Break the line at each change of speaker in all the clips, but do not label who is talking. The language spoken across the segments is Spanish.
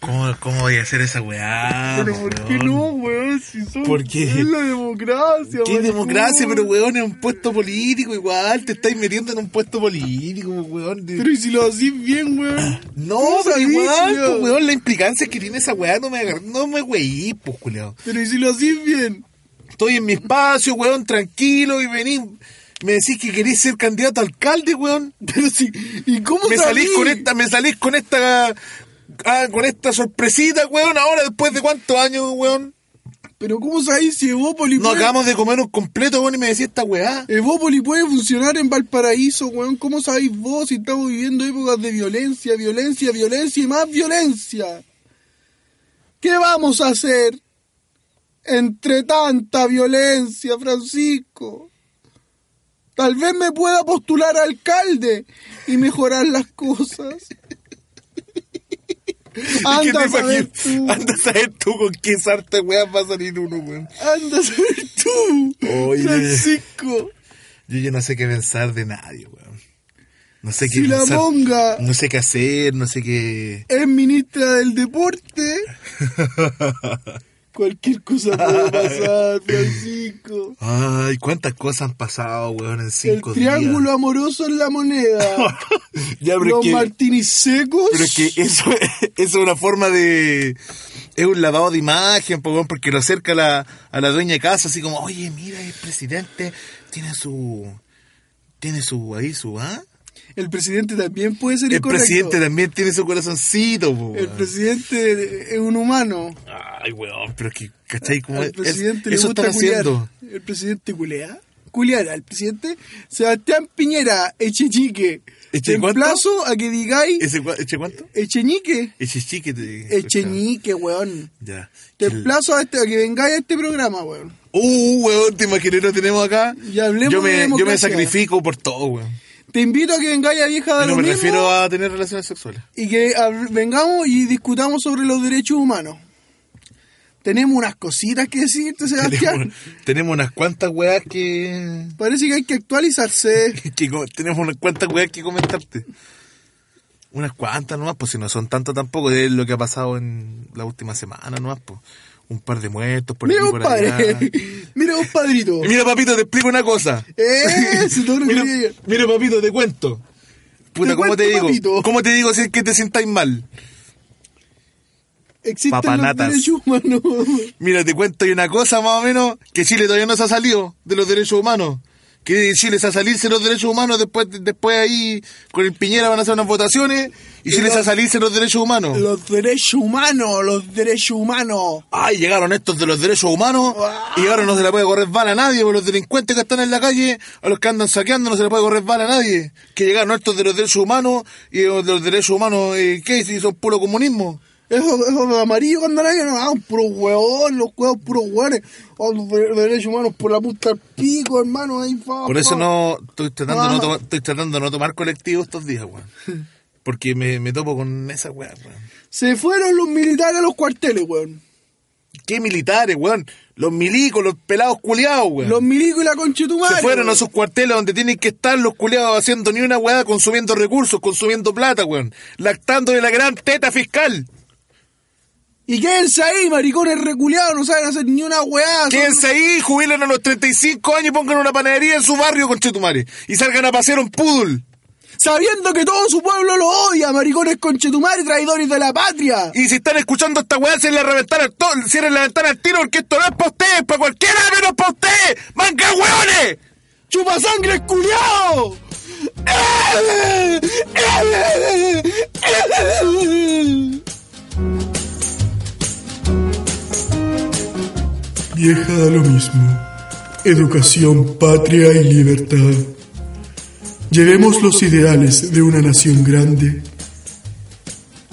¿Cómo, cómo voy a hacer esa weá?
Pero ¿por qué
Ah, weón?
no, weón? Si son,
¿Por qué?
Es la democracia,
¿Qué
maricón.
democracia? Pero weón, es un puesto político igual. Te estáis metiendo en un puesto político, weón.
Pero ¿y si lo hacís bien, weón?
No,
¿Cómo
pero
sabís,
igual,
culiao?
pues, weón, la implicancia que tiene esa weá no me, agar- no me weí, pues, culiao.
Pero ¿y si lo hacís bien?
Estoy en mi espacio, weón, tranquilo, y venís, me decís que querés ser candidato a alcalde, weón.
Pero si... ¿Y cómo
Me salís
sabís?
con esta, me salís con esta, ah, con esta sorpresita, weón, ahora después de cuántos años, weón.
Pero ¿cómo sabís si Evópolis
Nos
puede...
acabamos de comer un completo, weón, y me decís esta weá.
Evópolis Eh, puede funcionar en Valparaíso, weón? ¿Cómo sabéis vos si estamos viviendo épocas de violencia, violencia, violencia y más violencia? ¿Qué vamos a hacer entre tanta violencia, Francisco? Tal vez me pueda postular a alcalde y mejorar las cosas.
¿Qué
Anda
te
a saber
imaginas?
tú,
Anda a saber tú con qué sarta, weón, va a salir uno, weón.
anda a saber tú,
Oye.
Francisco.
Yo ya no sé qué pensar de nadie, weón. No sé qué
Si la
pensar.
monga
No sé qué hacer, no sé qué.
es ministra del deporte. Cualquier cosa puede pasar, Francisco.
Ay, cuántas cosas han pasado, weón, en
El
cinco
triángulo amoroso en la moneda.
días. ya, pero
Los
es, que,
martinis secos.
pero es que eso, eso es una forma de. Es un lavado de imagen, po, weón, porque lo acerca a la, a la dueña de casa, así como, oye, mira, el presidente tiene su. Tiene su. Ahí su. ¿ah?
El presidente también puede ser
El
incorrecto.
presidente también tiene su corazoncito, po,
El
weón.
presidente es un humano.
Ay, weón, pero es que, ¿cachai? Como
Al
es-
presidente le
eso
gusta
están
culiar.
haciendo.
El presidente culea. Culear al presidente Sebastián Piñera, Echechique.
¿Eche
Te
cuánto?
emplazo a que digáis
¿Ese, cua- ¿Eche cuánto?
Echeñique.
Echichique. te-
Echeñique, weón.
Ya.
Te
El-
emplazo a, este- a que vengáis a este programa, weón.
Uh, weón, te imaginé, lo tenemos acá.
Y hablemos
yo me,
de
yo me
democracia.
sacrifico por todo, weón.
Te invito a que vengáis a Vieja
Y no
de lo
me
mismo
refiero a tener relaciones sexuales.
y que hab- vengamos y discutamos sobre los derechos humanos. Tenemos unas cositas que decirte, Sebastián.
Tenemos, tenemos unas cuantas weas que.
Parece que hay que actualizarse.
que co- tenemos unas cuantas weas que comentarte. Unas cuantas nomás, pues si no son tantas tampoco, es lo que ha pasado en la última semana nomás, pues. Un par de muertos por
Mira,
aquí, por allá.
compadre. Mira, compadrito.
Y Mira, papito, te explico una cosa.
Eh, se te ocurre
Mira,
que-
mira, papito, te cuento. Puta,
Te
¿cómo
cuento,
te digo?
papito.
¿Cómo te digo si es que te sintáis mal?
Existen
papanatas.
los derechos humanos.
Mira, te cuento hay una cosa más o menos que Chile todavía no se ha salido de los derechos humanos. Que Chile se ha salirse de los derechos humanos, después después ahí con el Piñera van a hacer unas votaciones y Chile se ha salirse de los derechos humanos.
los derechos humanos, los derechos humanos.
Ay, llegaron estos de los derechos humanos
Ah.
y ahora no se le puede correr bala a nadie, porque los delincuentes que están en la calle, a los que andan saqueando no se le puede correr bala a nadie. Que llegaron estos de los derechos humanos y eh, de los derechos humanos, eh, ¿qué? Si son puro comunismo.
Esos esos amarillos cuando la no, ah, puros hueón, los huevos puros hueones. Oh, los de- los derechos humanos por la puta al pico, hermano. Ahí, fa,
Por eso
fa.
no estoy tratando, de no,
Ah.
toma- estoy tratando de no tomar colectivo estos días, weón. Porque me, me topo con esa weá, weón.
Se fueron los militares a los cuarteles, weón.
¿Qué militares, weón? Los milicos, los pelados culiados, weón.
Los milicos y la concha de tu madre.
Se fueron a
weón.
sus cuarteles donde tienen que estar los culiados haciendo ni una weá, consumiendo recursos, consumiendo plata, weón. Lactando de la gran teta fiscal.
Y quédense ahí, maricones reculeados, no saben hacer ni una weá. son-
Quédense ahí, jubilen a los 35 años y pongan una panadería en su barrio, conchetumare. Y salgan a pasear un pudul.
Sabiendo que todo su pueblo lo odia, maricones concha de tu madre, traidores de la patria.
Y si están escuchando esta weá, cierren la, reventar al to- cierren la ventana al tiro, porque esto no es para ustedes, para cualquiera menos para ustedes. ¡Manga hueones!
¡Chupa sangre, culiao!
Vieja da lo mismo. Educación, patria y libertad. Llevemos los ideales de una nación grande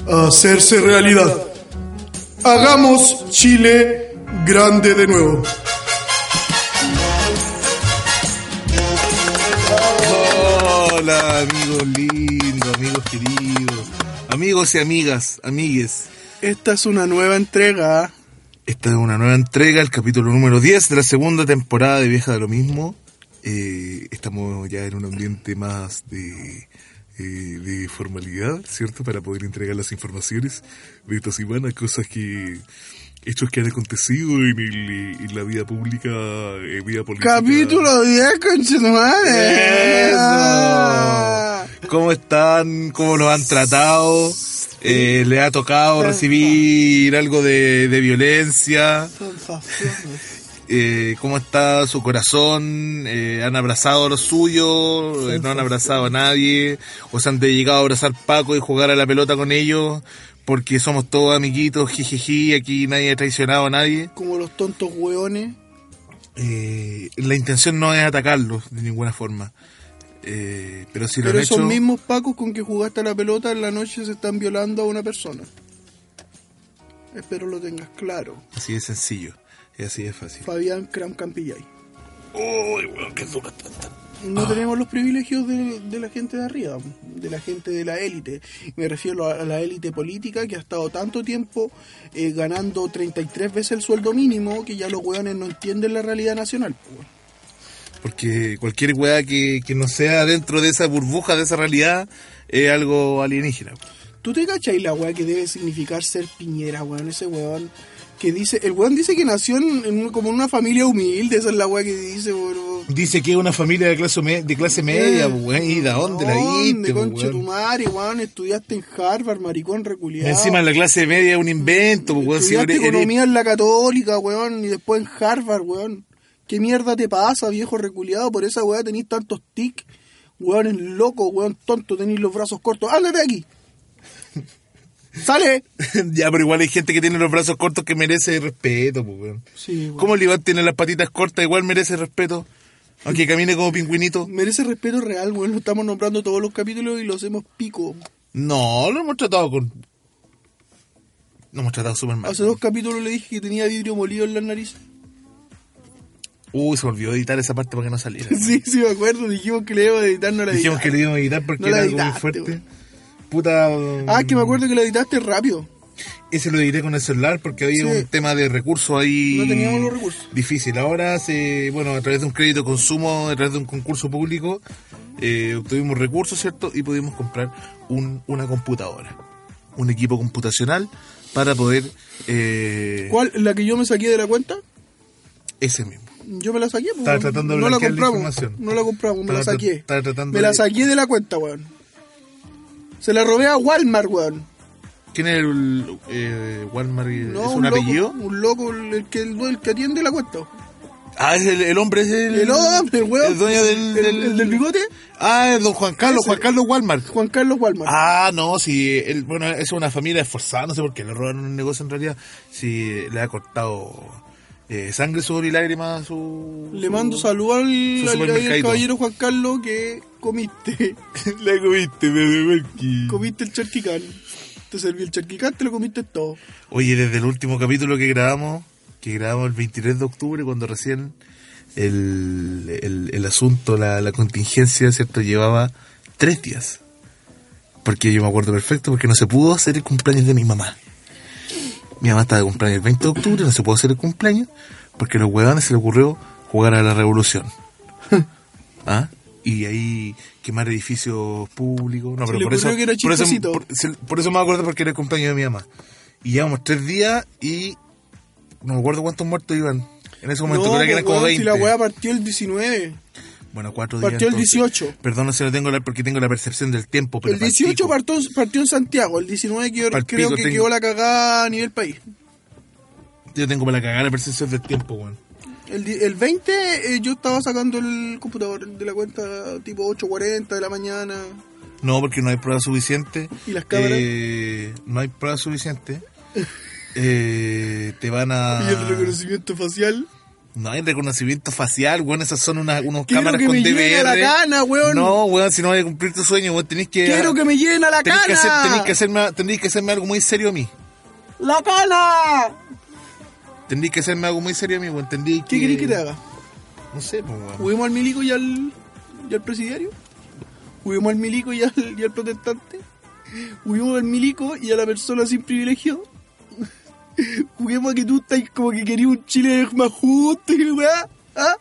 a hacerse realidad. Hagamos Chile grande de nuevo.
Hola, amigos lindos, amigos queridos, amigos y amigas, amigues.
Esta es una nueva entrega.
Esta es una nueva entrega, el capítulo número 10 de la segunda temporada de Vieja de lo Mismo. Eh, estamos ya en un ambiente más de eh, eh, de formalidad, ¿cierto? Para poder entregar las informaciones de esta semana, cosas que. hechos que han acontecido en, el- en la vida pública, en vida política.
Capítulo 10, conchetumare. Ah.
Eso. ¿Cómo están? ¿Cómo nos han tratado? Eh, ¿Le ha tocado recibir algo de, de violencia?
Sensaciones.
Eh, ¿Cómo está su corazón? Eh, ¿Han abrazado a los suyos? Eh, ¿No han abrazado a nadie? ¿O se han dedicado a abrazar Paco y jugar a la pelota con ellos? Porque somos todos amiguitos, jijiji, aquí nadie ha traicionado a nadie.
Como los tontos hueones.
Eh, la intención no es atacarlos de ninguna forma. Eh, pero si lo
Pero
han
esos
hecho...
mismos pacos con que jugaste a la pelota en la noche se están violando a una persona. Espero lo tengas claro.
Así de sencillo. Y así de fácil.
Fabián Cram Campillay.
Uy, weón, qué dura tanta.
No tenemos los privilegios de, de la gente de arriba, de la gente de la élite. Me refiero a, a la élite política que ha estado tanto tiempo eh, ganando 33 veces el sueldo mínimo que ya los hueones no entienden la realidad nacional. pues, weón.
Porque cualquier weá que, que no sea dentro de esa burbuja, de esa realidad, es algo alienígena.
¿Tú te cachai la weá que debe significar ser Piñera, weón? Ese weón que dice... El weón dice que nació en, en un- como en una familia humilde. Esa es la weá que dice, weón.
Dice que es una familia de clase, me- de clase media, pues, weón. ¿Y de dónde la diste,
¿Dónde,
pues,
conche tu
weón?
madre, weón? Estudiaste en Harvard, maricón reculiado.
Encima la clase media es un invento, pues, weón. Si
Estudiaste
eres- eres-
economía en la católica, weón, y después en Harvard, weón. ¿Qué mierda te pasa, viejo reculeado? Por esa weá tenés tantos tics. Weón, es loco, weón, tonto, tenés los brazos cortos. ¡Ándate de aquí! ¡Sale!
ya, pero igual hay gente que tiene los brazos cortos que merece respeto, pues, weón.
Sí, weón.
¿Cómo el Iván tiene las patitas cortas? Igual merece respeto. Aunque camine como pingüinito.
Merece respeto real, weón. Lo estamos nombrando todos los capítulos y lo hacemos pico.
No, lo hemos tratado con. Lo hemos tratado súper mal.
Hace dos capítulos le dije que tenía vidrio molido en la nariz.
Uy, se me olvidó editar esa parte para que no saliera.
Sí, sí, me acuerdo. Dijimos que le iba a editar, no la
Dijimos
editaba.
que le íbamos a editar porque
No la
era algo muy
editaste,
fuerte.
weón.
Puta.
Ah, que me acuerdo que la editaste rápido.
Ese lo edité con el celular porque había
Sí.
un tema de recursos ahí.
No teníamos los recursos.
Difícil. Ahora, se, bueno, a través de un crédito de consumo, a través de un concurso público, eh, obtuvimos recursos, ¿cierto? Y pudimos comprar un, una computadora, un equipo computacional para poder. eh,
¿Cuál? ¿La que yo me saqué de la cuenta?
Ese mismo.
Yo me la saqué, pues,
Estaba
weón.
tratando de
no la
blanquear la
compramos.
información.
no la compramos, me la
Estaba tra-
saqué.
estaba tratando
me la
de-
saqué de la cuenta, weón. Se la robé a Walmart, weón.
¿Quién es el eh, Walmart?
No,
¿Es un, apellido?
Loco, un loco, el, el que, el, que atiende la cuenta.
Ah, es el, el hombre, es el.
El hombre, el weón.
El dueño del.
El, el del bigote,
Ah, es don Juan Carlos,
Ese.
Juan Carlos Walmart.
Juan Carlos Walmart.
Ah, no, si él, bueno, es una familia esforzada, no sé por qué le robaron el negocio en realidad. Si le ha cortado eh, sangre, sudor y lágrimas a su.
Le mando saludos al,
su
al- al
supermercadito.
caballero Juan Carlos que comiste.
Le comiste, bebé, porque-
comiste el charquicán. Te serví el charquicán, te lo comiste todo.
Oye, desde el último capítulo que grabamos, que grabamos el 23 de octubre, cuando recién el, el, el asunto, la, la contingencia, ¿cierto? Llevaba tres días. Porque yo me acuerdo perfecto, porque no se pudo hacer el cumpleaños de mi mamá. Mi mamá estaba de cumpleaños el 20 de octubre, no se pudo hacer el cumpleaños, porque a los huevones se le ocurrió jugar a la revolución. ¿Ah? Y ahí quemar edificios públicos. No, pero
le
por eso,
ocurrió que era
por, eso
chistosito.
por- se- por eso me acuerdo porque era el cumpleaños de mi mamá. Y llevamos tres días y no me acuerdo cuántos muertos iban. En ese momento
no,
creo que
pues,
eran como
weón,
20.
si la weá partió el 19.
bueno, cuatro días.
partió el
entonces.
18.
Perdón, si no tengo la, porque tengo la percepción del tiempo. Pero
El 18
partió.
partió, partió en Santiago, el 19 que yo
Pal
creo
pico,
que
tengo-
quedó la cagada a nivel país.
Yo tengo para cagar la percepción del tiempo, weón.
El, di- el 20 eh, yo estaba sacando el computador de la cuenta tipo 8.40 de la mañana.
No, porque no hay prueba suficiente.
¿Y las cámaras?
Eh, no hay prueba suficiente. Eh, te van a.
Y el reconocimiento facial.
No hay reconocimiento facial, weón. Esas son unas unos
Quiero
cámaras
que
con
me llegue
DVR.
la gana, weón.
No, weón, si no vas a cumplir tu sueño, weón, tenés que.
¡Quiero que me llenen a la
tenés
cana!
que, hacer- tenés que hacerme, tenés que hacerme algo muy serio a mí.
¡La cana!
Tendí que hacerme algo muy serio, amigo. Entendí
¿Qué querés que te haga?
No sé, pues, weón.
¿Juguemos al milico y al, y al presidiario? ¿Juguemos al milico y al, y al protestante? ¿Juguemos al milico y a la persona sin privilegio? ¿Juguemos a que tú estás como que querías un Chile más justo y weá? ¿Ah?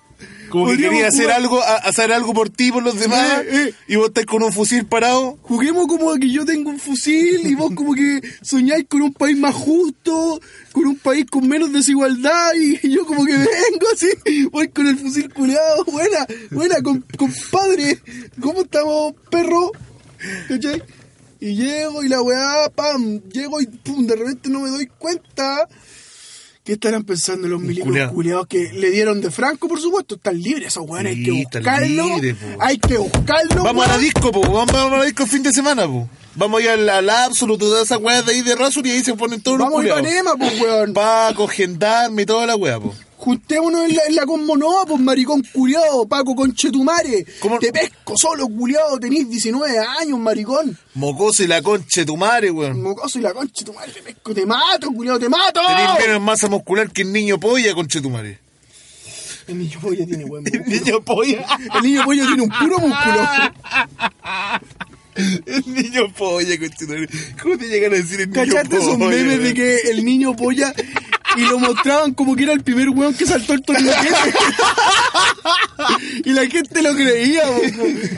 Como que
Podríamos
quería hacer
jugar-
algo, a- hacer algo por ti, por los demás,
Eh, eh.
y vos estás con un fusil parado.
Juguemos como que yo tengo un fusil y vos como que soñáis con un país más justo, con un país con menos desigualdad y yo como que vengo así, voy con el fusil culeado, buena, buena, com- compadre, ¿cómo estamos, perro? ¿Cachai? Y llego y la weá, pam, llego y pum, de repente no me doy cuenta. ¿Qué estarán pensando los milicos
culeado.
culeados que le dieron de Franco, por supuesto? Están libres esos weones, hay
Sí,
que
están
buscarlo,
libres, po.
hay que buscarlo.
Vamos a la
weón.
disco, po. Vamos a la disco el fin de semana, po. Vamos a ir a la, la Absolute, todas esas weas de ahí de Razor y ahí se ponen todos
Vamos a
los culiados.
Ipanema, pues, weón.
Paco, gendarme y toda la wea, pues. po.
Juntémonos en la, en la Cosmonova, pues, maricón culiado, Paco Conchetumare.
¿Cómo?
Te pesco solo, culiado. Tenís 19 años, maricón.
Mocoso y la concha de tu madre, weón.
Mocoso y la Conchetumare, te pesco. Te mato, culiado, te mato.
Tenés menos masa muscular que el niño polla, concha de tu madre.
El niño pollo tiene buen músculo.
niño polla.
El niño pollo tiene un puro músculo.
El niño polla, concha de tu madre. ¿Cómo te llegan a decir el niño polla?
¿Cachaste esos memes de
weón?
que el niño polla y lo mostraban como que era el primer weón que saltó el torniquete? y la gente lo creía, bo.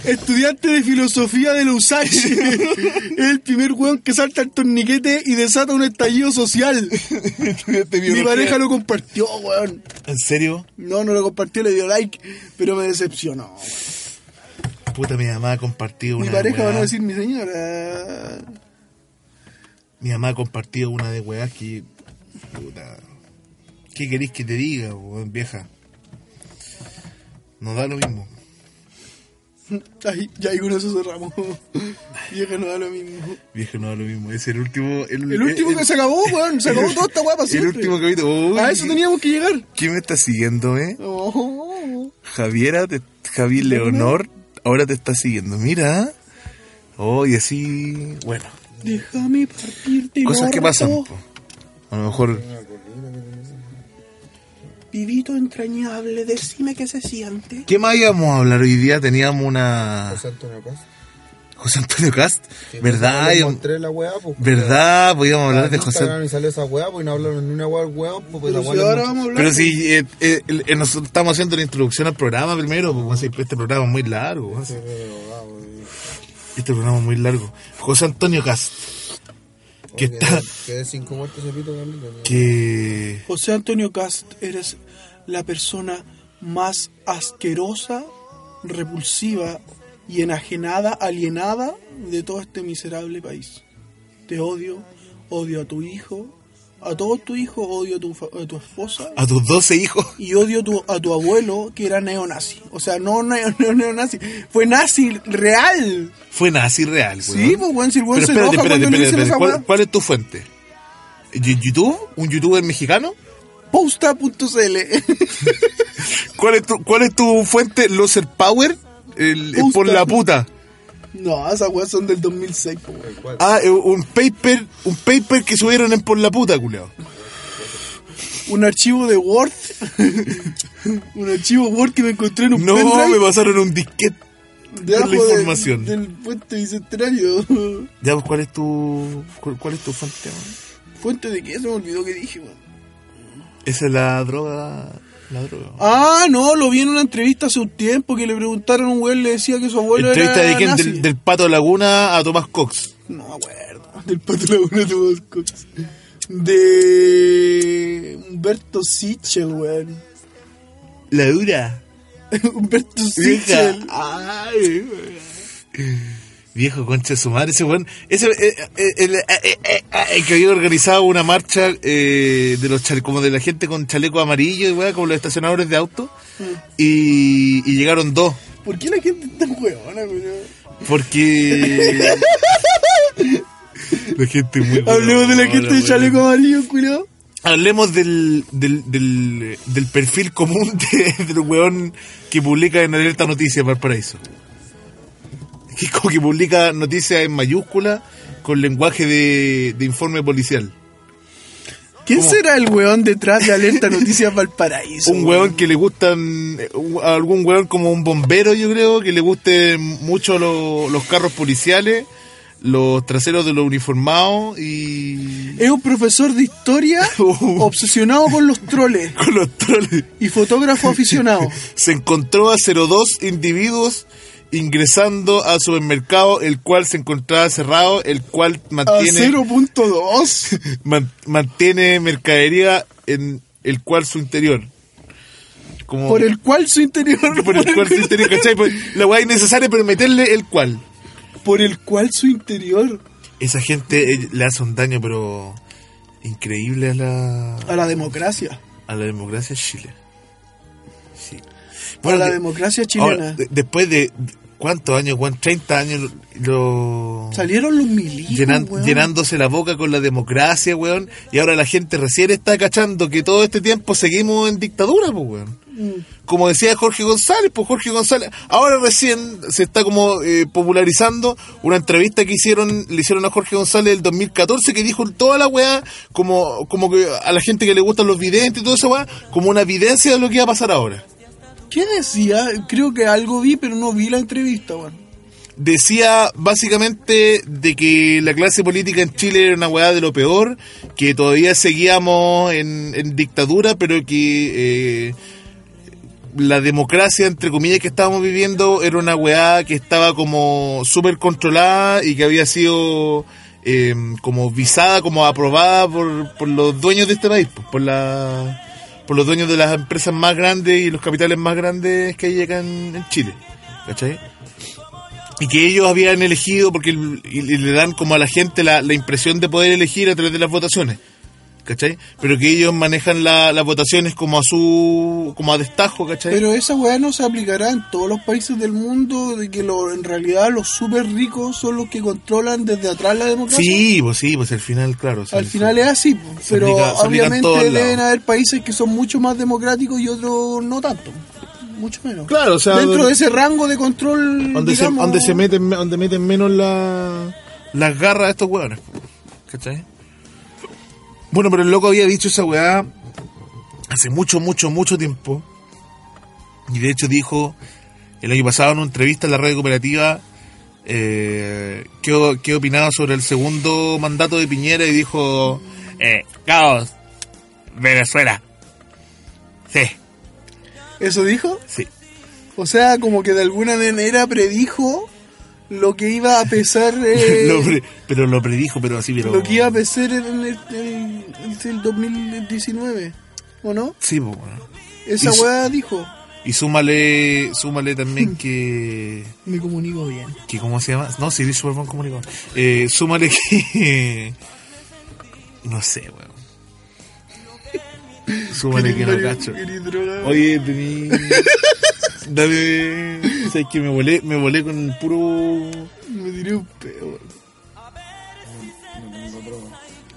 estudiante de filosofía de la USACH. es el primer weón que salta el torniquete y desata un estallido social.
Estudiante de
Mi
biología.
pareja lo compartió, weón.
¿En serio?
No, no lo compartió, le dio like, pero me decepcionó.
Puta, mi mamá ha compartido una.
Mi pareja
weá.
van a decir mi señora.
Mi mamá ha compartido una de weas que. Puta. ¿Qué querés que te diga, weón, vieja? Nos da lo mismo.
Ay, ya con eso cerramos. Vieja no da lo mismo.
Vieja, nos da lo mismo. Es el último. El,
El último
el-
que se acabó, weón. Se acabó toda esta guapa
Eh, El
siempre.
último capítulo. Uy,
eh. A eso teníamos que llegar.
¿Quién me está siguiendo, eh?
Oh.
Javiera, te- Javier Leonor, ahora te está siguiendo. Mira. Oh, y así. Bueno,
Déjame partirte. el
cosas que
orto,
pasan. po. A lo mejor.
Vivito entrañable, decime qué se siente.
¿Qué más íbamos a hablar hoy día? Teníamos una.
José Antonio Cast.
José Antonio Cast.
Que Ah,
¿Verdad?
le
íbamos-
Encontré la weá, pues.
¿Verdad? Podíamos hablar de
En
José
Instagram me salió esa weá, pues, y no hablaron ni una weá del weón, pues, pues,
Pero
la
si
weá le
ahora
mucho.
vamos a hablar.
Pero si eh, eh, el- eh, nosotros estamos haciendo la introducción al programa primero, pues, así, este programa es muy largo. pues. Este programa es muy largo. José Antonio Cast. Que
Oye,
está.
Quedé cinco muertos ese pito, Carlitos.
Que.
José Antonio Cast, eres la persona más asquerosa, repulsiva y enajenada, alienada de todo este miserable país. Te odio, odio a tu hijo, a todos tus hijos, odio a tu, fa- a tu esposa.
A tus 12 hijos.
y odio tu- a tu abuelo que era neonazi. O sea, no neo- neo- neonazi, fue nazi real.
Fue nazi real, weón.
Sí, pues, weón, si el weón
Pero
se
espérate,
enoja
espérate,
cuando le
espérate,
dicen
espérate.
esa
¿Cuál,
weá.
cuál es tu fuente? ¿Y- ¿YouTube? ¿Un youtuber mexicano?
Posta.cl.
¿Cuál es tu, cuál es tu fuente? ¿Loser Power? El, el por
Posta.
la puta.
no, esas weas son del 2006, po, weón.
Ah, eh, un paper, un paper que subieron en por la puta, culiao.
Un archivo de Word. un archivo Word que me encontré en un
No,
pendrive
me pasaron un disquete.
debajo
la
de-
información.
del puente bicentenario.
Ya, pues, ¿cuál es tu, cuál, cuál es tu fuente? weón?
¿Fuente de qué? Se me olvidó que dije, weón.
Esa es la droga, la droga.
Ah, no, lo vi en una entrevista hace un tiempo que le preguntaron a un weón, le decía que su abuelo
Entrevista
era
de quién?
nazi.
Del, del Pato Laguna a Tomás Cox.
No me acuerdo. Del Pato Laguna de Boscos. De Humberto Sichel, weón.
La dura.
Humberto
Vieja.
Sichel.
Ay, weón. Viejo concha de su madre, ese weón. Ese, eh, eh, el, eh, eh, eh, eh, que había organizado una marcha eh, de los chale- como de la gente con chaleco amarillo y weón, como los estacionadores de auto.
Mm.
Y, y llegaron dos.
¿Por qué la gente es tan weona, weón?
Porque. la gente muy weona,
Hablemos de la gente de
weón.
chaleco amarillo, cuidado.
Hablemos del, del, del, del perfil común de- del weón que publica en Alerta Noticias Valparaíso. Que, es como que publica noticias en mayúscula con lenguaje de, de informe policial.
¿Quién
¿Cómo?
será el weón detrás de Alerta Noticias Valparaíso?
Un weón que le gustan, eh, un- a algún weón como un bombero yo creo, que le gusten mucho lo- los carros policiales, los traseros de los uniformados y.
Es un profesor de historia
Uh.
obsesionado con los troles
con los troles.
y fotógrafo aficionado.
Se encontró a 02 individuos ingresando al supermercado, el cual se encontraba cerrado, el cual
A
mantiene,
0.2.
man- mantiene mercadería en el cual su interior. Como,
Por el cual su interior.
por el cual su interior, ¿cachai? Pues, La weá innecesaria, pero meterle el cual.
Por el cual su interior.
Esa gente eh, le hace un daño, pero increíble a la,
A la democracia.
a la democracia en Chile. Sí.
A la
que-
democracia
Ahora, eh,
chilena.
de- después de de- cuántos años, weón? 30 años, lo,
Salieron los milímetros.
llenan- llenándose la boca con la democracia, weón. Y ahora la gente recién está cachando que todo este tiempo seguimos en dictadura, pues, weón. Como decía Jorge González, pues Jorge González, ahora recién se está como eh, popularizando una entrevista que hicieron, le hicieron a Jorge González el 2014 que dijo toda la weá, como, como que a la gente que le gustan los videntes y todo eso, weá, como una evidencia de lo que iba a pasar ahora.
¿Qué decía? Creo que algo vi, pero no vi la entrevista, weón.
decía básicamente de que la clase política en Chile era una weá de lo peor, que todavía seguíamos en, en dictadura, pero que eh, la democracia, entre comillas, que estábamos viviendo era una weá que estaba como súper controlada y que había sido eh, como visada, como aprobada por, por los dueños de este país, pues, por la por los dueños de las empresas más grandes y los capitales más grandes que hay acá en, en Chile. ¿Cachai? y que ellos habían elegido porque el- y- y le dan como a la gente la, la impresión de poder elegir a través de las votaciones ¿cachai? pero que ellos manejan la- las votaciones como a su como a destajo ¿cachai?
Pero esa weá no se aplicará en todos los países del mundo, de que lo- en realidad los súper ricos son los que controlan desde atrás la democracia.
sí pues sí pues al final claro sí,
Al
sí.
final es así, po.
Se
pero
aplica- se aplica en
obviamente
todos lados.
deben haber países que son mucho más democráticos y otros no tanto, mucho menos.
Claro, o sea,
dentro
donde-
de ese rango de control,
donde se,
digamos,
donde se meten me- donde meten menos la, las garras de estos hueones ¿cachai? bueno pero el loco había dicho esa weá hace mucho mucho mucho tiempo y de hecho dijo el año pasado en una entrevista en la radio cooperativa eh, qué, o- qué opinaba sobre el segundo mandato de Piñera y dijo eh, caos Venezuela sí
¿Eso dijo?
sí
O sea, como que de alguna manera predijo lo que iba a pesar, eh,
Lo pre- pero lo predijo pero así pero
lo que iba a pesar en el, en el- en el 2019, ¿o no?
sí pues, bueno.
Esa
Y su-
weá dijo.
Y súmale, súmale
Hmm.
también que,
Me comunico bien.
que ¿cómo se llama? No, sí, súper buen comunicador. Eh, súmale que, no sé, weón. Súmale que no cacho. Oye, tení... Dame... ¿Sabes que me volé, me volé con el puro...
Me tiré un peo.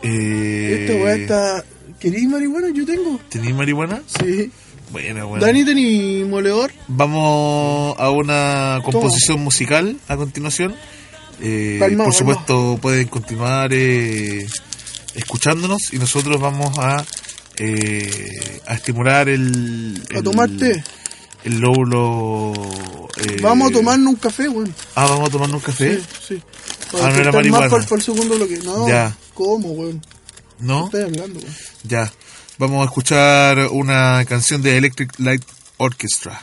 Eh,
Esta weá está. ¿Queréis marihuana? Yo tengo.
¿Tenís marihuana?
Sí.
Bueno, bueno.
Dani, tení moledor.
Vamos a una composición musical a continuación. Eh,
Calmao,
por supuesto, pueden continuar eh, escuchándonos y nosotros vamos a, eh, a estimular el,
A
el-
tomarte.
el lóbulo. eh,
Vamos a tomarnos un café, weón.
Ah, vamos a tomarnos un café.
Sí.
Ah, no era
despertar
marihuana.
más para, el segundo bloque. No.
Ya.
¿Cómo, weón?
¿No?
Estás hablando, weón.
Ya. Vamos a escuchar una canción de Electric Light Orchestra.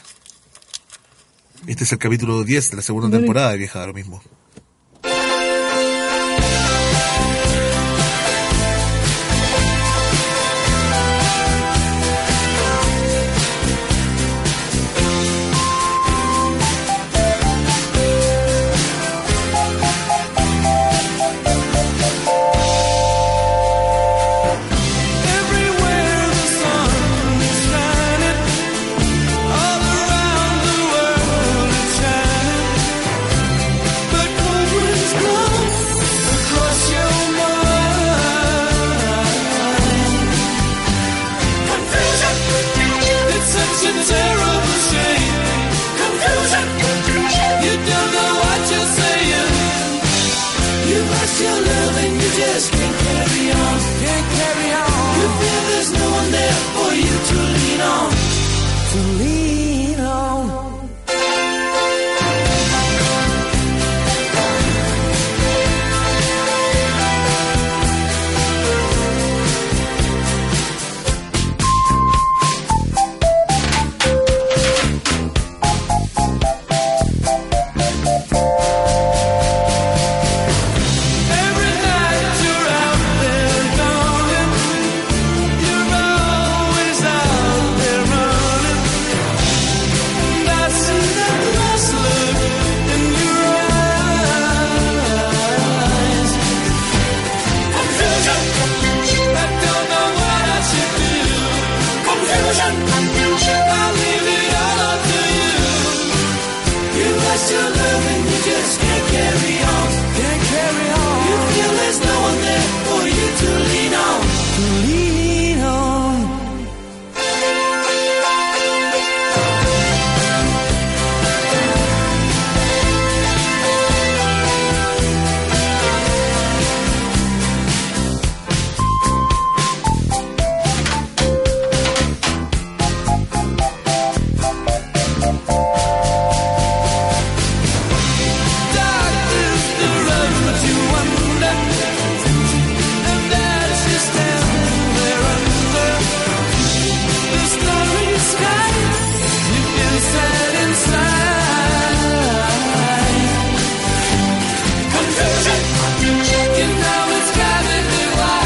Este es el capítulo 10 de la segunda temporada de Vieja, lo mismo.
Everywhere the sun is shining, all around the world it's shining. But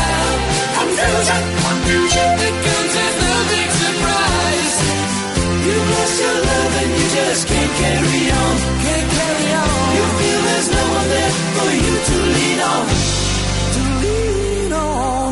confusion. Confusion. It comes as no big surprise. You lost your love and you just can't carry on. Can't carry on. You feel there's no one there for you to lean on. To lean on.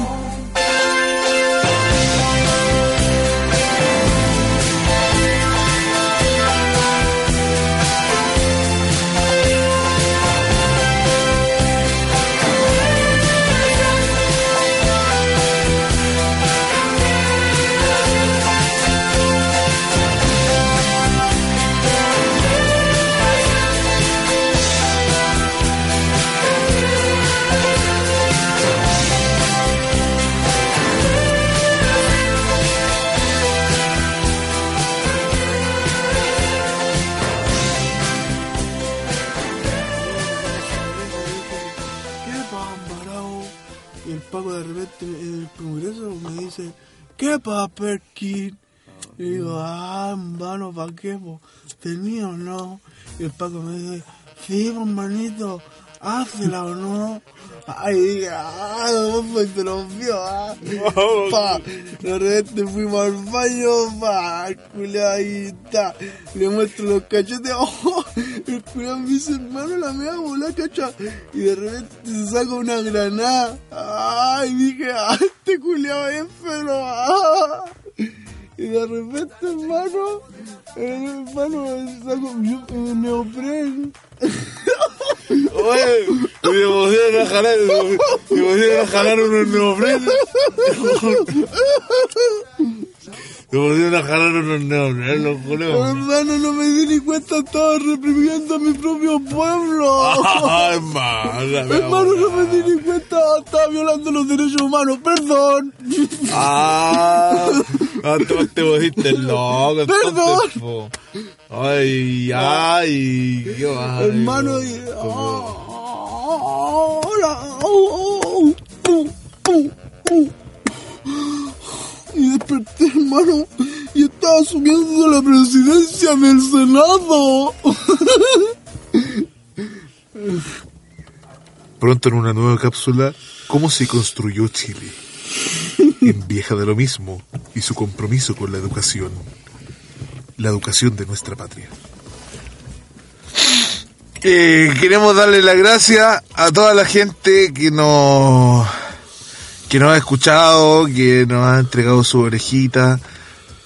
¿Qué paparao? Y el Paco de repente en el congreso me dice, ¿qué paper kid? Y digo, ah, hermano, ¿para qué? po? ¿Tenía o no? Y el Paco me dice, sí, po, hermanito, hazla o no. Ay, dije, ah, vos pues te lo vio, ah. Pa, de repente fuimos al baño, pa, el culiao ahí está. Le muestro los cachetes, oh, el culiao me dice, hermano, la mea volá, cacha. Y de repente se saca una granada. Ay, dije, ah, este culiao es pero, ah. Y de repente, hermano, eh, hermano, saco yo, eh, neopren.
Oye, y me pusieron a jalar, me pusieron a jalar unos neoprenos. Me pusieron a jalar unos neoprenos, los
Oh,
culeos.
hermano, no me di ni cuenta, estaba reprimiendo a mi propio
Ah,
pueblo.
Ay, mala, mi
hermano,
amor.
no me di ni cuenta, estaba violando los derechos humanos, perdón.
Ah, ah, tú te pusiste loco, entonces,
Perdón.
po. Ay, ay, qué mal.
hermano, y... Oh, hola, oh, oh, oh, pum, pum, pum. Y desperté, hermano, y estaba asumiendo la presidencia del Senado.
Pronto en una nueva cápsula, ¿cómo se construyó Chile? En vieja de lo mismo y su compromiso con la educación. La educación de nuestra patria. Eh, queremos darle las gracias a toda la gente que nos, que nos ha escuchado, que nos ha entregado su orejita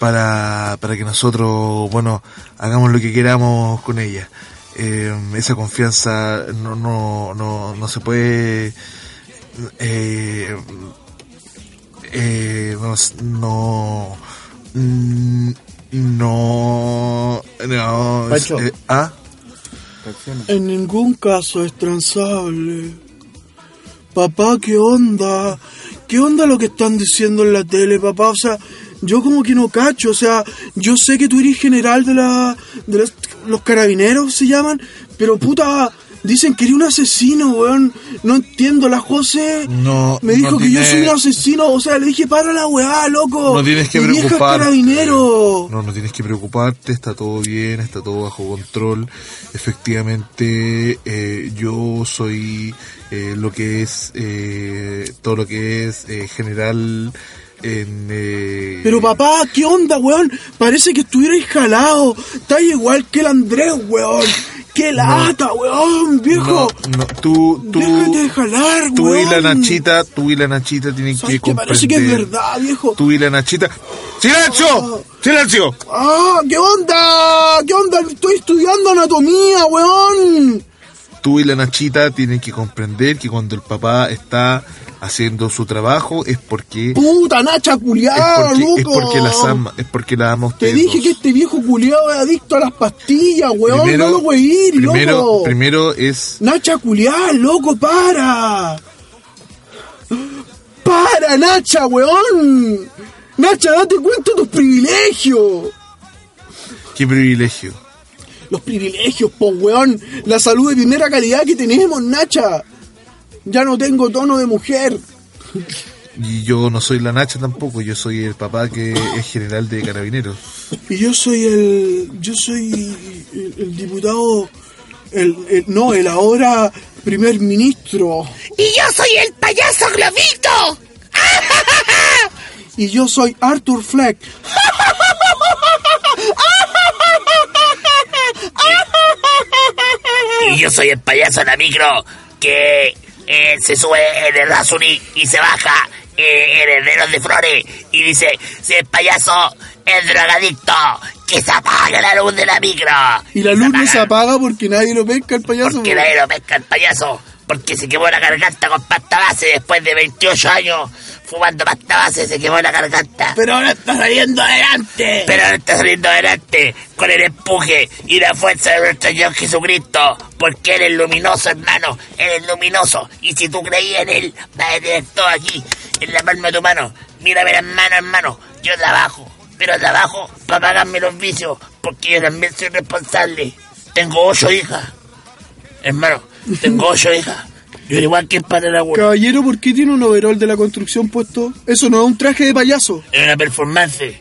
para, para que nosotros, bueno, hagamos lo que queramos con ella. Eh, esa confianza no, no, no, no se puede... eh, eh, no, s- no, mm, no, no, es-
Pancho.
eh, ¿ah?
En ningún caso es transable. Papá, ¿qué onda? ¿Qué onda lo que están diciendo en la tele, papá? O sea, yo como que no cacho, o sea, yo sé que tú eres general de la de los, los carabineros se llaman, pero puta, dicen que eres un asesino, weón. No entiendo, la José
No,
me dijo
no
que yo
tiene-
soy un asesino, o sea, le dije, para la weá, loco.
No tienes que
Mi vieja es
preocuparte.
carabinero.
No, no tienes que preocuparte, está todo bien, está todo bajo control. Efectivamente, eh, yo soy eh, lo que es, eh, todo lo que es eh, general en... eh,
Pero papá, ¿qué onda, weón? Parece que estuvierais jalado. Estás igual que el Andrés, weón. ¡Qué lata, weón,
no,
viejo!
no, tú, tú,
Déjate de jalar,
tú y la
weón.
Nachita, tú y la Nachita tienen
¿Sabes
que
qué?
comprender.
Parece que es verdad, viejo.
Tú y la Nachita... ¡Silencio! ¡Silencio!
¡Ah, qué onda! ¿Qué onda? Estoy estudiando anatomía, weón.
tú y la Nachita tienen que comprender que cuando el papá está haciendo su trabajo es porque
Puta Nacha
es
culiada,
porque, es
loco.
porque las ama, es porque la ama a
Ah, Te
ustedes.
dije
dos.
que este viejo culiado es adicto a las pastillas, weón. no lo voy a ir,
primero,
loco.
primero es
Nacha culiá, loco, para. Para, Nacha, weón. Nacha, date cuenta de tus privilegios.
qué privilegio.
Los privilegios, po, weón. La salud de primera calidad que tenemos, Nacha. Ya no tengo tono de mujer.
Y yo no soy la Nacha tampoco, yo soy el papá que es general de carabineros.
Y yo soy el. Yo soy el, el diputado. El, el- no, el ahora primer ministro.
Y yo soy el payaso Globito.
y yo soy Arthur Fleck.
Y yo soy el payaso en la micro que eh, se sube en el Rasuni y se baja eh, en el Veros de Flores y dice, si el payaso es drogadicto, que se apague la luz de la micro.
Y la luz no se
apaga
apaga porque nadie lo pesca el payaso.
Porque
weón.
nadie lo pesca el payaso. Porque se quemó la garganta con pasta base después de 28 años fumando pasta base, se quemó la garganta.
Pero ahora está saliendo adelante.
Pero ahora está saliendo adelante con el empuje y la fuerza de nuestro Señor Jesucristo. Porque Él es luminoso, hermano. Él es luminoso. Y si tú creías en Él, vas a tener todo aquí, en la palma de tu mano. Mírame las manos, hermano. Yo trabajo, pero trabajo para pagarme los vicios. Porque yo también soy responsable. Tengo ocho hijas. Hermano, tengo ocho hijas. Yo era igual que el padre de la abuela.
Caballero, ¿por qué tiene un overol de la construcción puesto? Eso no es un traje de payaso.
Es una performance.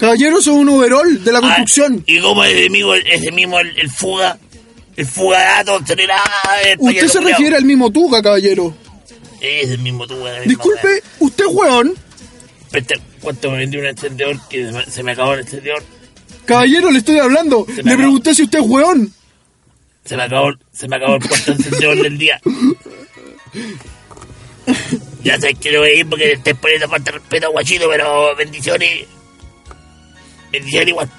Caballero, eso es un overol de la
Ah,
construcción.
y como es el mismo, es el mismo el, el fuga, el fuga de datos, "Ah, tener a- el
Usted
payaso
se
culiao.
refiere al mismo Tuca, caballero.
Es el mismo tú, la misma
Disculpe, usted es hueón.
weá. Espérate, ¿Cuánto me vendió un encendedor que se me- se me acabó el encendedor?
Caballero, le estoy hablando.
me
Le
acabó.
pregunté si usted es hueón.
Se me acabó, se me acabó el cuarto encendedor del día. Ya sé que lo voy a ir porque te estoy poniendo falta de respeto, guachito, pero bendiciones. Bendiciones igual.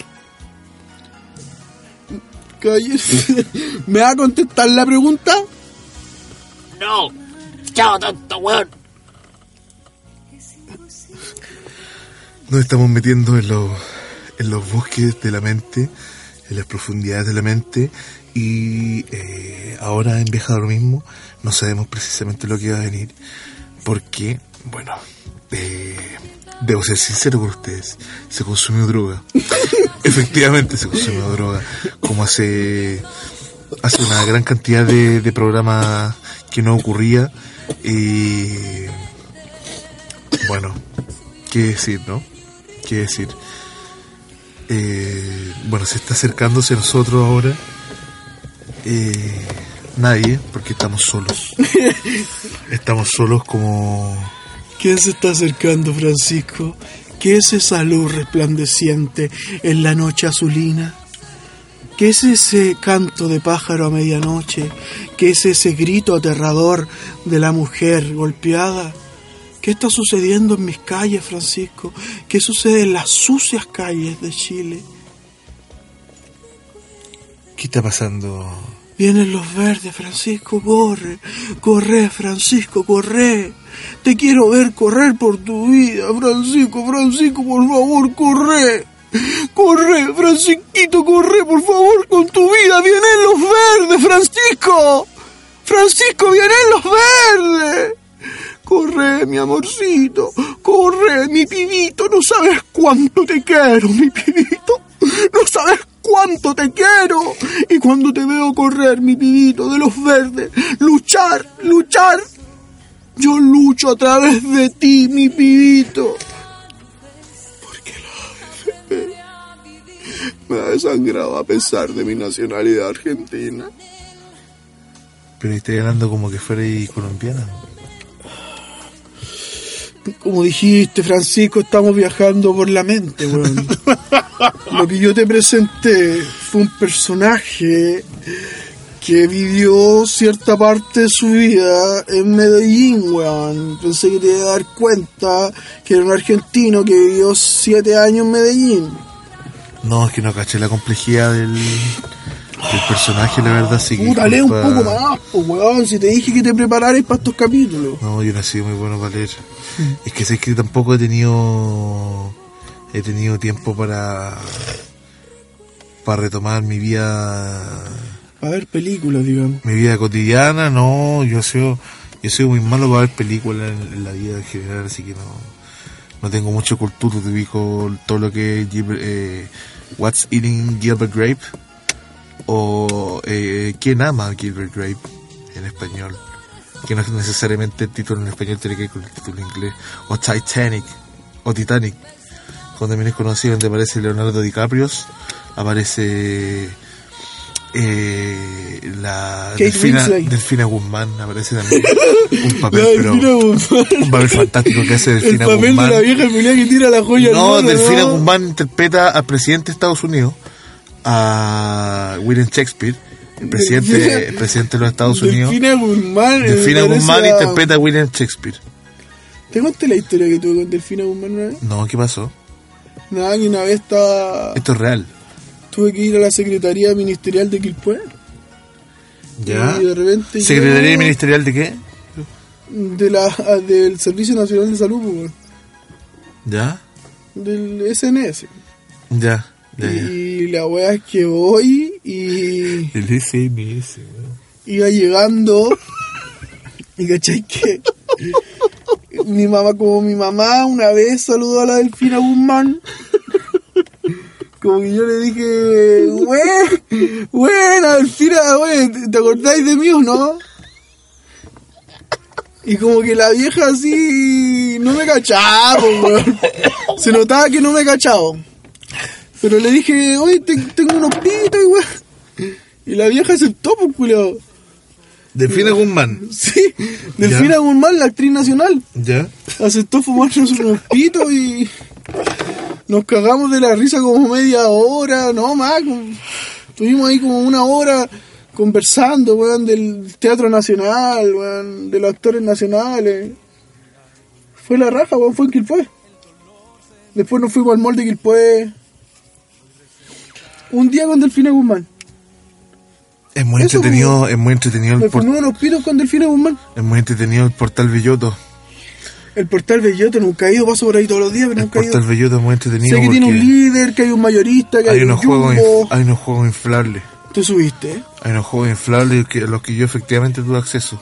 Caballero, ¿me va a contestar la pregunta?
No. Chao, tonto, weón.
Nos estamos metiendo en los, en los bosques de la mente, en las profundidades de la mente, y eh, ahora en Viaja a lo mismo no sabemos precisamente lo que va a venir, porque, bueno, eh, debo ser sincero con ustedes, se consumió droga. Efectivamente se consumió droga, como hace, hace una gran cantidad de, de programas que no ocurría, y bueno, qué decir, ¿no? Qué decir. Eh, bueno, se está acercándose a nosotros ahora. Eh, nadie, porque estamos solos. estamos solos como...
¿Qué se está acercando, Francisco? ¿Qué es esa luz resplandeciente en la noche azulina? ¿Qué es ese canto de pájaro a medianoche? ¿Qué es ese grito aterrador de la mujer golpeada? ¿Qué está sucediendo en mis calles, Francisco? ¿Qué sucede en las sucias calles de Chile?
¿Qué está pasando?
Vienen los verdes, Francisco, corre, corre, Francisco, corre. Te quiero ver correr por tu vida, Francisco, Francisco, por favor, corre. Corre, Francisquito, corre, por favor, con tu vida. Vienen los verdes, Francisco. Francisco, vienen los verdes. Corre, mi amorcito, corre, mi pibito, no sabes cuánto te quiero, mi pibito, no sabes cuánto te quiero. Y cuando te veo correr, mi pibito, de los verdes, luchar, luchar, yo lucho a través de ti, mi pibito. Porque la AFP me ha desangrado a pesar de mi nacionalidad argentina.
Pero está hablando como que fuera ahí colombiana.
Como dijiste, Francisco, estamos viajando por la mente, weón. Lo que yo te presenté fue un personaje que vivió cierta parte de su vida en Medellín, weón. Pensé que te iba a dar cuenta que era un argentino que vivió siete años en Medellín.
No, es que no caché la complejidad del, del personaje, la verdad. Así que
Puta, lee Uh, un
disculpa.
poco más, po, weón. Si te dije que te prepararas para estos capítulos.
No, yo no he sido muy bueno para leer. Es que sé que tampoco he tenido he tenido tiempo para para retomar mi vida
A ver, películas, digamos.
mi vida cotidiana. No, yo he sido yo soy muy malo para ver películas en, en la vida en general, así que no no tengo mucha cultura. Te digo todo lo que es Gilbert- eh, What's Eating Gilbert Grape o eh, ¿Quién ama a Gilbert Grape en español? Que no es necesariamente el título en español, tiene que ir con el título en inglés. O Titanic, o Titanic, cuando también es conocido, donde aparece Leonardo DiCaprio, aparece eh, la
Kate
Delfina,
Winslet.
Delfina Guzmán, aparece también. Un papel,
La
pero.
Delfina Guzmán.
Un papel fantástico que hace
El
Delfina
papel
Guzmán.
de la vieja Julián que tira la joya
no,
al mono,
Delfina
¿no?
Guzmán interpreta al presidente de Estados Unidos, a William Shakespeare, el presidente, el presidente de los Estados Unidos.
Delfina Guzmán. eh,
Delfina
parece
Guzmán
a-
interpreta a William Shakespeare.
¿Te conté la historia que tuve con Delfina Guzmán una vez?
No, ¿qué pasó?
Nada, que una vez estaba...
Esto es real.
tuve que ir a la Secretaría Ministerial de Quilpué.
¿Ya?
Y de repente
¿Secretaría
yo-
Ministerial de qué?
De la, a- del Servicio Nacional de Salud, pues, weón,
¿Ya?
del SNS.
Ya. ya, ya.
Y la wea es que voy y
El SMS, weón.
iba llegando. Y cachai que mi mamá, como mi mamá, una vez saludó a la Delfina Guzmán. Como que yo le dije, wey, buena Delfina, wey, ¿te- ¿te acordáis de mí o no? Y como que la vieja así no me cachaba, po, weón. Se notaba que no me cachaba. Pero le dije, oye, te- tengo unos pitos, weón. Y la vieja aceptó, pues, por culo.
Delfina Guzmán.
Sí, Delfina Guzmán, la actriz nacional,
¿Ya?
aceptó fumarnos unos pitos y nos cagamos de la risa como media hora, no más. como- Estuvimos ahí como una hora conversando, weón, del Teatro Nacional, weón, de los actores nacionales. Fue la raja, weón, fue en Quilpué. Después nos fuimos al mall de Quilpué. Un día con Delfina Guzmán.
Es muy
Eso,
entretenido, es muy entretenido
Me
el por-
fumé unos pitos con Delfina Guzmán.
es muy entretenido el portal Belloto.
El portal Belloto nunca he ido, paso por ahí todos los días, pero
El
nunca he ido.
portal Belloto es muy entretenido
Sé que tiene un
porque
líder, que hay un mayorista, que hay,
hay
un
unos juegos
jumbo.
inf- hay unos juegos inflables.
Tú subiste, ¿eh?
Hay unos juegos inflables que, a los que yo efectivamente tuve acceso.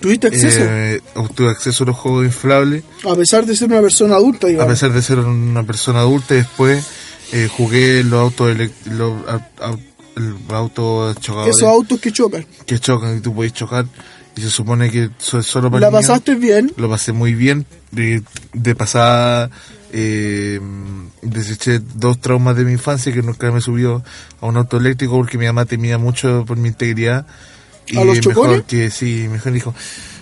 Tuviste acceso.
Eh, tuve acceso a los juegos inflables,
a pesar de ser una persona adulta,
a
digamos.
pesar de ser una persona adulta, y después eh, jugué los autos elec- los, au- au- el- autos chocadores
Esos autos que chocan.
que chocan y tú podés chocar. Y se supone que eso es solo para
¿La
niños.
pasaste bien?
Lo pasé muy bien. De, de pasada, eh, deseché dos traumas de mi infancia que nunca me subió a un auto eléctrico porque mi mamá temía mucho por mi integridad. Y
¿A los chocones?
mejor que sí, mejor dijo.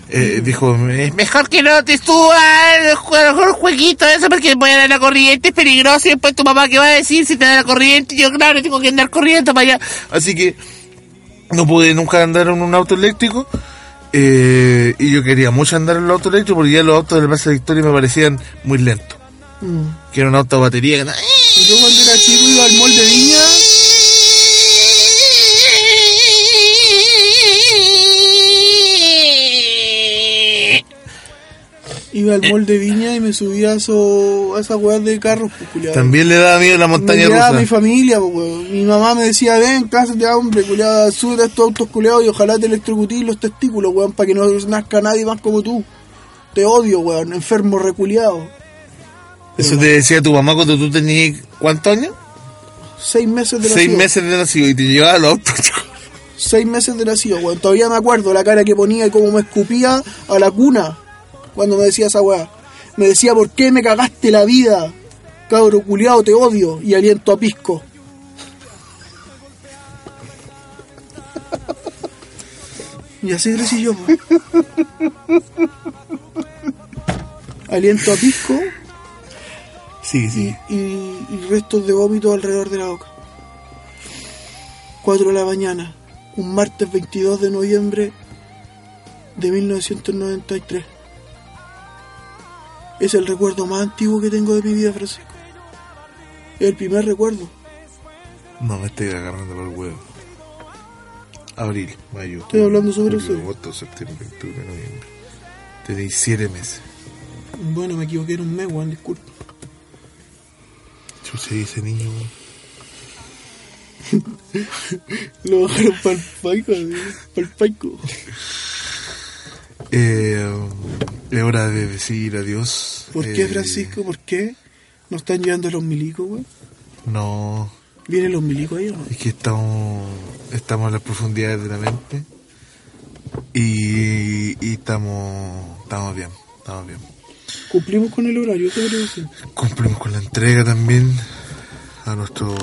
eh, dijo, es mejor que no te subas al ju- al ju- jueguito eso porque voy a dar la corriente, es peligroso y después tu mamá que va a decir si te da la corriente, Y yo claro, tengo que andar corriendo para allá. Así que no pude nunca andar en un auto eléctrico. eh, y yo quería mucho andar en el auto eléctrico porque ya los autos del Plaza Victoria me parecían muy lentos.
Mm.
Que era un auto a batería que andaba-
Y Yo cuando era chico iba al mall de Viña. Iba al mall de Viña y me subía a, eso- a esas weas de carros, pues, culiao.
También le daba miedo la montaña
me llevaba
rusa.
mi familia, po, weón. Mi mamá me decía, ven, cásate, hombre, culiado, sube a estos autos culeados y ojalá te electrocutís los testículos, weón, para que no nazca nadie más como tú. Te odio, weón, enfermo reculeado.
Eso te decía tu mamá cuando tú tenías ¿cuántos años?
Seis meses de nacido.
Seis meses de nacido y te llevaba los autos.
Seis meses de nacido, weón. Todavía me acuerdo la cara que ponía y cómo me escupía a la cuna cuando me decía esa weá. Me decía, ¿por qué me cagaste la vida? Cabro culiado, te odio y aliento a pisco. Y así crecí yo, po. Aliento a pisco
Sí, sí.
y, y restos de vómito alrededor de la boca. 4 de la mañana, un martes 22 de noviembre de 1993. Es el recuerdo más antiguo que tengo de mi vida, Francisco. Es el primer recuerdo.
No, me estoy agarrando por el huevo. Abril, mayo.
Estoy
junio,
hablando sobre
julio,
eso.
Agosto, septiembre, octubre, noviembre. Tenéis siete meses.
Bueno, me equivoqué en un mes, weón, disculpa.
Chucha, y ese niño, weón.
Lo bajaron para el paico, para el paico.
Eh, es hora de decir adiós.
¿Por qué,
Eh,
Francisco? ¿Por qué? ¿Nos están llevando los milicos, weón?
No,
¿Vienen los milicos ahí o no?
es que estamos, estamos en las profundidades de la mente y, y estamos, estamos bien, estamos bien.
Cumplimos con el horario, ¿qué creo que
Cumplimos con la entrega también a nuestro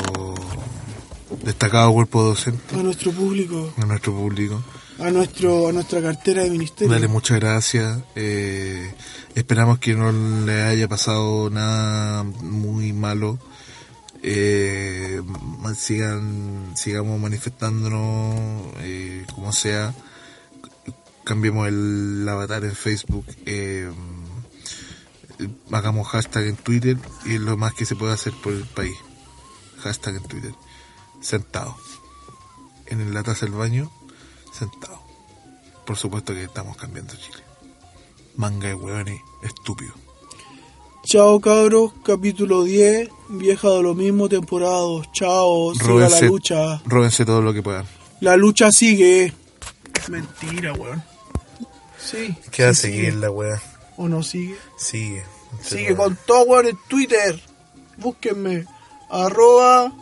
destacado cuerpo docente,
A nuestro público.
a nuestro público.
a, nuestro, a nuestra cartera de ministerio.
Dale, muchas gracias. Eh, esperamos que no le haya pasado nada muy malo. Eh, ma- sigan, sigamos manifestándonos eh, como sea. Cambiemos el avatar en Facebook. eh, hagamos hashtag en Twitter y es lo más que se puede hacer por el país. Hashtag en Twitter. Sentado. En la taza del baño, sentado. Por supuesto que estamos cambiando Chile. Manga de hueones estúpido.
Chao, cabros. Capítulo 10. Vieja de lo mismo, temporada 2. Chao. Siga la
Róbense,
lucha.
róbense todo lo que puedan.
La lucha sigue. Mentira, weón. Sí.
¿Qué va a seguir la hueá?
¿O no sigue?
Sigue.
Sigue con todo, weón, en Twitter. Búsquenme. Arroba.